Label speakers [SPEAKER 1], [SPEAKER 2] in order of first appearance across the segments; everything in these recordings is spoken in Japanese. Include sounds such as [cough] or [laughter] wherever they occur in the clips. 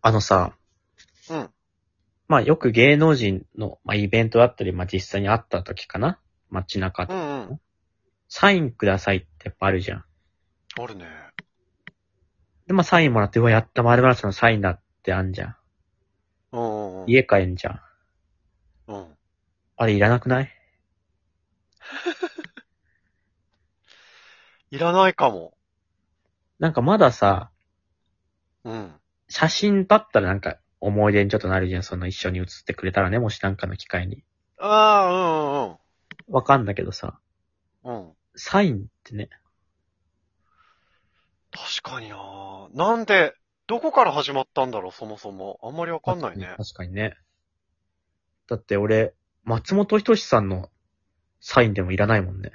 [SPEAKER 1] あのさ、
[SPEAKER 2] うん。
[SPEAKER 1] まあよく芸能人の、まあ、イベントだったり、まあ実際に会った時かな街中
[SPEAKER 2] う
[SPEAKER 1] で。
[SPEAKER 2] んうん。
[SPEAKER 1] サインくださいってやっぱあるじゃん。
[SPEAKER 2] あるね。
[SPEAKER 1] で、まあサインもらって、うわ、やった、丸々さんのサインだってあんじゃん。
[SPEAKER 2] うんうんうん。
[SPEAKER 1] 家帰んじゃん。
[SPEAKER 2] うん。
[SPEAKER 1] あれいらなくない
[SPEAKER 2] いらないかも。
[SPEAKER 1] なんかまださ、
[SPEAKER 2] うん。
[SPEAKER 1] 写真だったらなんか思い出にちょっとなるじゃん。その一緒に写ってくれたらね、もしなんかの機会に。
[SPEAKER 2] ああ、
[SPEAKER 1] わかんだけどさ、
[SPEAKER 2] うんうんうん。うん。
[SPEAKER 1] サインってね、
[SPEAKER 2] 確かにななんで、どこから始まったんだろう、そもそも。あんまりわかんないね。
[SPEAKER 1] 確かにね。だって俺、松本人志さんのサインでもいらないもんね。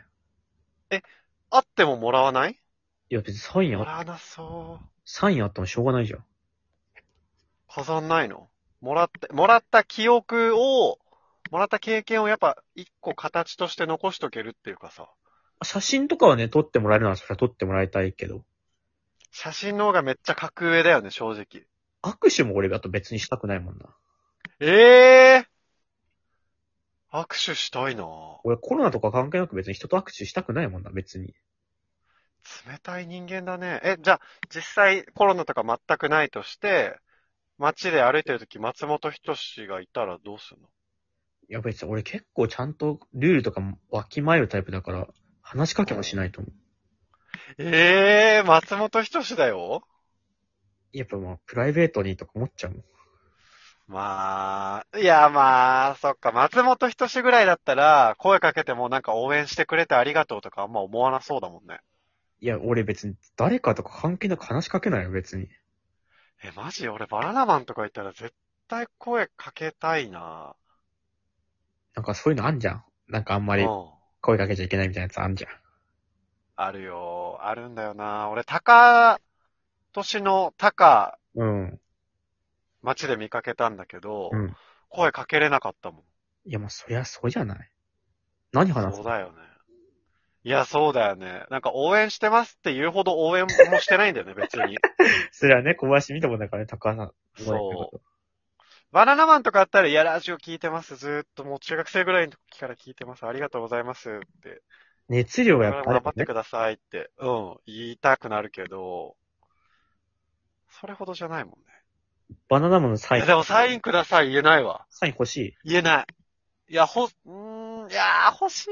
[SPEAKER 2] あってももらわない
[SPEAKER 1] いや別にサイン
[SPEAKER 2] も
[SPEAKER 1] あ、
[SPEAKER 2] らわなそう。
[SPEAKER 1] サインあってもしょうがないじゃん。
[SPEAKER 2] 飾んないのもらって、もらった記憶を、もらった経験をやっぱ一個形として残しとけるっていうかさ。
[SPEAKER 1] 写真とかはね、撮ってもらえるならそれは撮ってもらいたいけど、
[SPEAKER 2] 写真の方がめっちゃ格上だよね、正直。
[SPEAKER 1] 握手も俺だと別にしたくないもんな。
[SPEAKER 2] ええー、握手したいな
[SPEAKER 1] 俺コロナとか関係なく別に人と握手したくないもんな、別に。
[SPEAKER 2] 冷たい人間だね。え、じゃあ、実際コロナとか全くないとして、街で歩いてるとき松本人志がいたらどうするの
[SPEAKER 1] いや別に俺結構ちゃんとルールとかもわきまえるタイプだから、話しかけもしないと思う。
[SPEAKER 2] ええー、松本人志だよ
[SPEAKER 1] やっぱまあ、プライベートにとか思っちゃうもん。
[SPEAKER 2] まあ、いやまあ、そっか、松本人志ぐらいだったら、声かけてもなんか応援してくれてありがとうとかあんま思わなそうだもんね。
[SPEAKER 1] いや、俺別に誰かとか関係なく話しかけないよ、別に。
[SPEAKER 2] え、マジ俺バナナマンとかいたら絶対声かけたいな
[SPEAKER 1] なんかそういうのあんじゃん。なんかあんま
[SPEAKER 2] う
[SPEAKER 1] り
[SPEAKER 2] ん。
[SPEAKER 1] 声かけちゃいけないみたいなやつあんじゃん。
[SPEAKER 2] あるよ。あるんだよな。俺、高、年の高、
[SPEAKER 1] うん。
[SPEAKER 2] 街で見かけたんだけど、
[SPEAKER 1] うん。
[SPEAKER 2] 声かけれなかったもん。
[SPEAKER 1] いや、まあそりゃそうじゃない。何話す
[SPEAKER 2] そうだよね。いや、そうだよね。なんか応援してますって言うほど応援もしてないんだよね、別に。
[SPEAKER 1] それはね、小林見たことだからね、高橋さん。
[SPEAKER 2] そう。バナナマンとかあったら、いや、ラジオ聞いてます。ずーっともう中学生ぐらいの時から聞いてます。ありがとうございますって。
[SPEAKER 1] 熱量がやっぱある
[SPEAKER 2] 頑張
[SPEAKER 1] よ
[SPEAKER 2] って
[SPEAKER 1] ね。
[SPEAKER 2] くださいって、うん、言いたくなるけど、それほどじゃないもんね。
[SPEAKER 1] バナナマンのサ
[SPEAKER 2] い
[SPEAKER 1] イ
[SPEAKER 2] や
[SPEAKER 1] ン。
[SPEAKER 2] でもサインください言えないわ。
[SPEAKER 1] サイン欲しい。
[SPEAKER 2] 言えない。いや、ほ、うーん、いやー、欲しい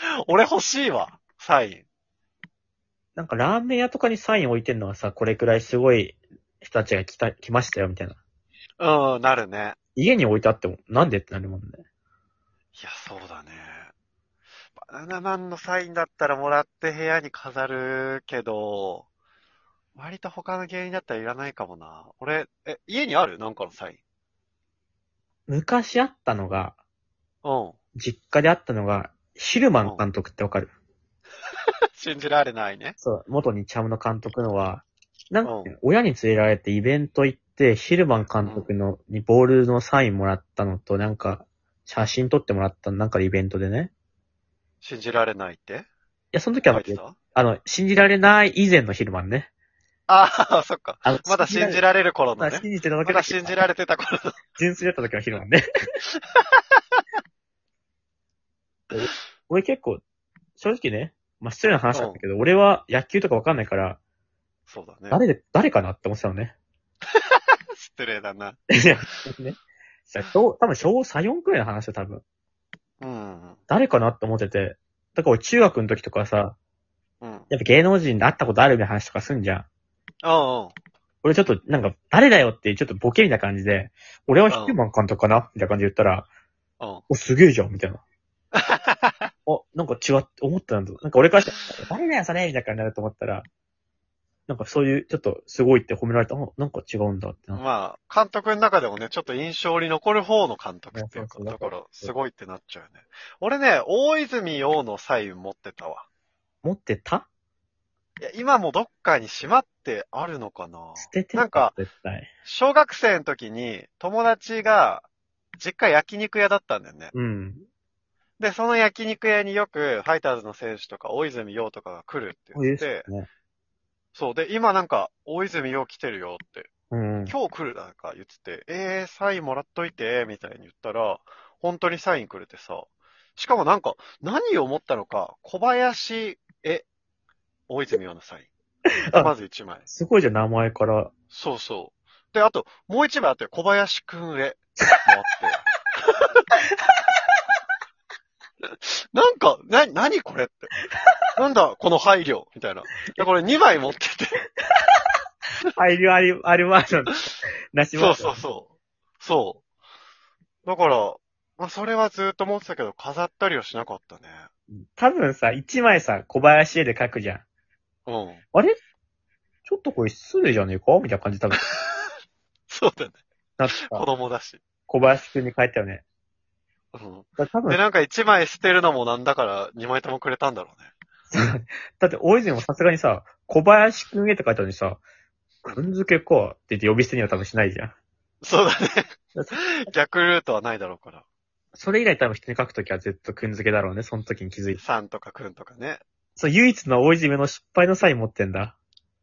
[SPEAKER 2] なー [laughs] 俺欲しいわ、サイン。
[SPEAKER 1] なんかラーメン屋とかにサイン置いてんのはさ、これくらいすごい人たちが来た、来ましたよ、みたいな。
[SPEAKER 2] うん、なるね。
[SPEAKER 1] 家に置いてあっても、なんでってなるもんね。
[SPEAKER 2] いや、そうだね。バナナマンのサインだったらもらって部屋に飾るけど、割と他の芸人だったらいらないかもな。俺、え、家にあるなんかのサイン。
[SPEAKER 1] 昔あったのが、
[SPEAKER 2] うん。
[SPEAKER 1] 実家であったのが、シルマン監督ってわかる
[SPEAKER 2] [laughs] 信じられないね。
[SPEAKER 1] そう、元にチャムの監督のは、なんかね
[SPEAKER 2] う
[SPEAKER 1] 親に連れられてイベント行って、シルマン監督の、にボールのサインもらったのと、なんか、写真撮ってもらったの、なんかイベントでね。
[SPEAKER 2] 信じられないっ
[SPEAKER 1] い
[SPEAKER 2] て
[SPEAKER 1] や、その時は
[SPEAKER 2] 書
[SPEAKER 1] ま
[SPEAKER 2] い
[SPEAKER 1] だ
[SPEAKER 2] てた
[SPEAKER 1] あの、信じられない以前のヒルマンね。
[SPEAKER 2] ああ、そっか。
[SPEAKER 1] あの
[SPEAKER 2] [laughs] まだ信じ
[SPEAKER 1] れ
[SPEAKER 2] られる頃の
[SPEAKER 1] まだ
[SPEAKER 2] ね。
[SPEAKER 1] 信じてただ
[SPEAKER 2] ま
[SPEAKER 1] け
[SPEAKER 2] だ信じられてた頃の。
[SPEAKER 1] 純粋だった時のヒルマン
[SPEAKER 2] [laughs]
[SPEAKER 1] ね。俺結構、正直ね、まあ、失礼な話なんだけど、俺は野球とかわかんないから、
[SPEAKER 2] そうだね。
[SPEAKER 1] 誰で、誰かなって思ってたのね。 [laughs]
[SPEAKER 2] [laughs] 失礼だな。
[SPEAKER 1] いや、ね。さ小多分小3、4くらいの話よ、多分。
[SPEAKER 2] うん。
[SPEAKER 1] 誰かなって思ってて。だから俺中学の時とかさ、
[SPEAKER 2] うん。うん
[SPEAKER 1] やっぱ芸能人で会ったことあるみたいな話とかすんじゃん。
[SPEAKER 2] うん。
[SPEAKER 1] 俺ちょっと、なんか、誰だよっていうちょっとボケみたいな感じで、俺はヒューマン監督かなみたいな感じで言ったら、
[SPEAKER 2] うん。
[SPEAKER 1] お、すげえじゃんみ
[SPEAKER 2] [laughs]
[SPEAKER 1] たいな。あ、なんか違って、思ったなと。なんか俺からしたら、誰だよそれみたいな感じになると思ったら、なんかそういう、ちょっとすごいって褒められた、あ、なんか違うんだってな。
[SPEAKER 2] まあ、監督の中でもね、ちょっと印象に残る方の監督っていうか、
[SPEAKER 1] いやそう
[SPEAKER 2] だ
[SPEAKER 1] そ
[SPEAKER 2] か
[SPEAKER 1] う
[SPEAKER 2] ら、すごいってなっちゃうね。俺ね、大泉洋のサイン持ってたわ。
[SPEAKER 1] 持ってた
[SPEAKER 2] いや、今もどっかにしまってあるのかな
[SPEAKER 1] 捨ててた
[SPEAKER 2] なんか、
[SPEAKER 1] 絶対。
[SPEAKER 2] 小学生の時に、友達が、実家焼肉屋だったんだよね。
[SPEAKER 1] うん。
[SPEAKER 2] で、その焼肉屋によく、ファイターズの選手とか、大泉洋とかが来るって
[SPEAKER 1] こうい
[SPEAKER 2] 言
[SPEAKER 1] う
[SPEAKER 2] って、
[SPEAKER 1] ね。
[SPEAKER 2] そう。で、今なんか、大泉洋来てるよって、
[SPEAKER 1] うん。
[SPEAKER 2] 今日来るなんか言ってて、えー、サインもらっといて、みたいに言ったら、本当にサインくれてさ。しかもなんか、何を思ったのか、小林、え、大泉洋のサイン。
[SPEAKER 1] あ
[SPEAKER 2] まず1枚。
[SPEAKER 1] すごいじゃん、名前から。
[SPEAKER 2] そうそう。で、あと、もう1枚あって、小林くんへ。もあって。 [laughs] なんか、な、なにこれって。なんだ、この配慮。みたいな。で、これ2枚持ってて。
[SPEAKER 1] あり、あり、ありまージョン。なし
[SPEAKER 2] そ
[SPEAKER 1] ま
[SPEAKER 2] うそうそう。そう。だから、まあ、それはずっと持ってたけど、飾ったりはしなかったね。
[SPEAKER 1] 多分さ、一枚さ、小林絵で書くじゃん。
[SPEAKER 2] うん。
[SPEAKER 1] ちょっとこれ失礼じゃねえかみたいな感じ多分。
[SPEAKER 2] そうだね。
[SPEAKER 1] なっ
[SPEAKER 2] 子
[SPEAKER 1] た。
[SPEAKER 2] 供だし。
[SPEAKER 1] 小林くんに書いたよね。
[SPEAKER 2] うん。
[SPEAKER 1] だ多分
[SPEAKER 2] で、、なんか1枚捨てるのもなんだから、2枚ともくれたんだろうね。
[SPEAKER 1] [laughs] だって大泉もさすがにさ、小林くんへって書いたのにさ、くんづけかって言って呼び捨てには多分しないじゃん。
[SPEAKER 2] そうだね。逆ルートはないだろうから。
[SPEAKER 1] それ以来多分人に書くときはずっとくんづけだろうね、その時に気づいて。
[SPEAKER 2] さんとかくんとかね。
[SPEAKER 1] そう、唯一の大泉の失敗のサイン持ってんだ。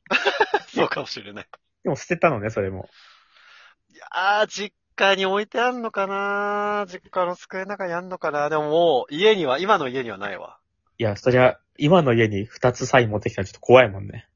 [SPEAKER 2] [laughs] そうかもしれない。
[SPEAKER 1] でも捨てたのね、それも。
[SPEAKER 2] いやー、実家に置いてあんのかな実家の机の中にあんのかなでももう、家には、今の家にはないわ。
[SPEAKER 1] いや、そりゃ、今の家に二つサイン持ってきたらちょっと怖いもんね。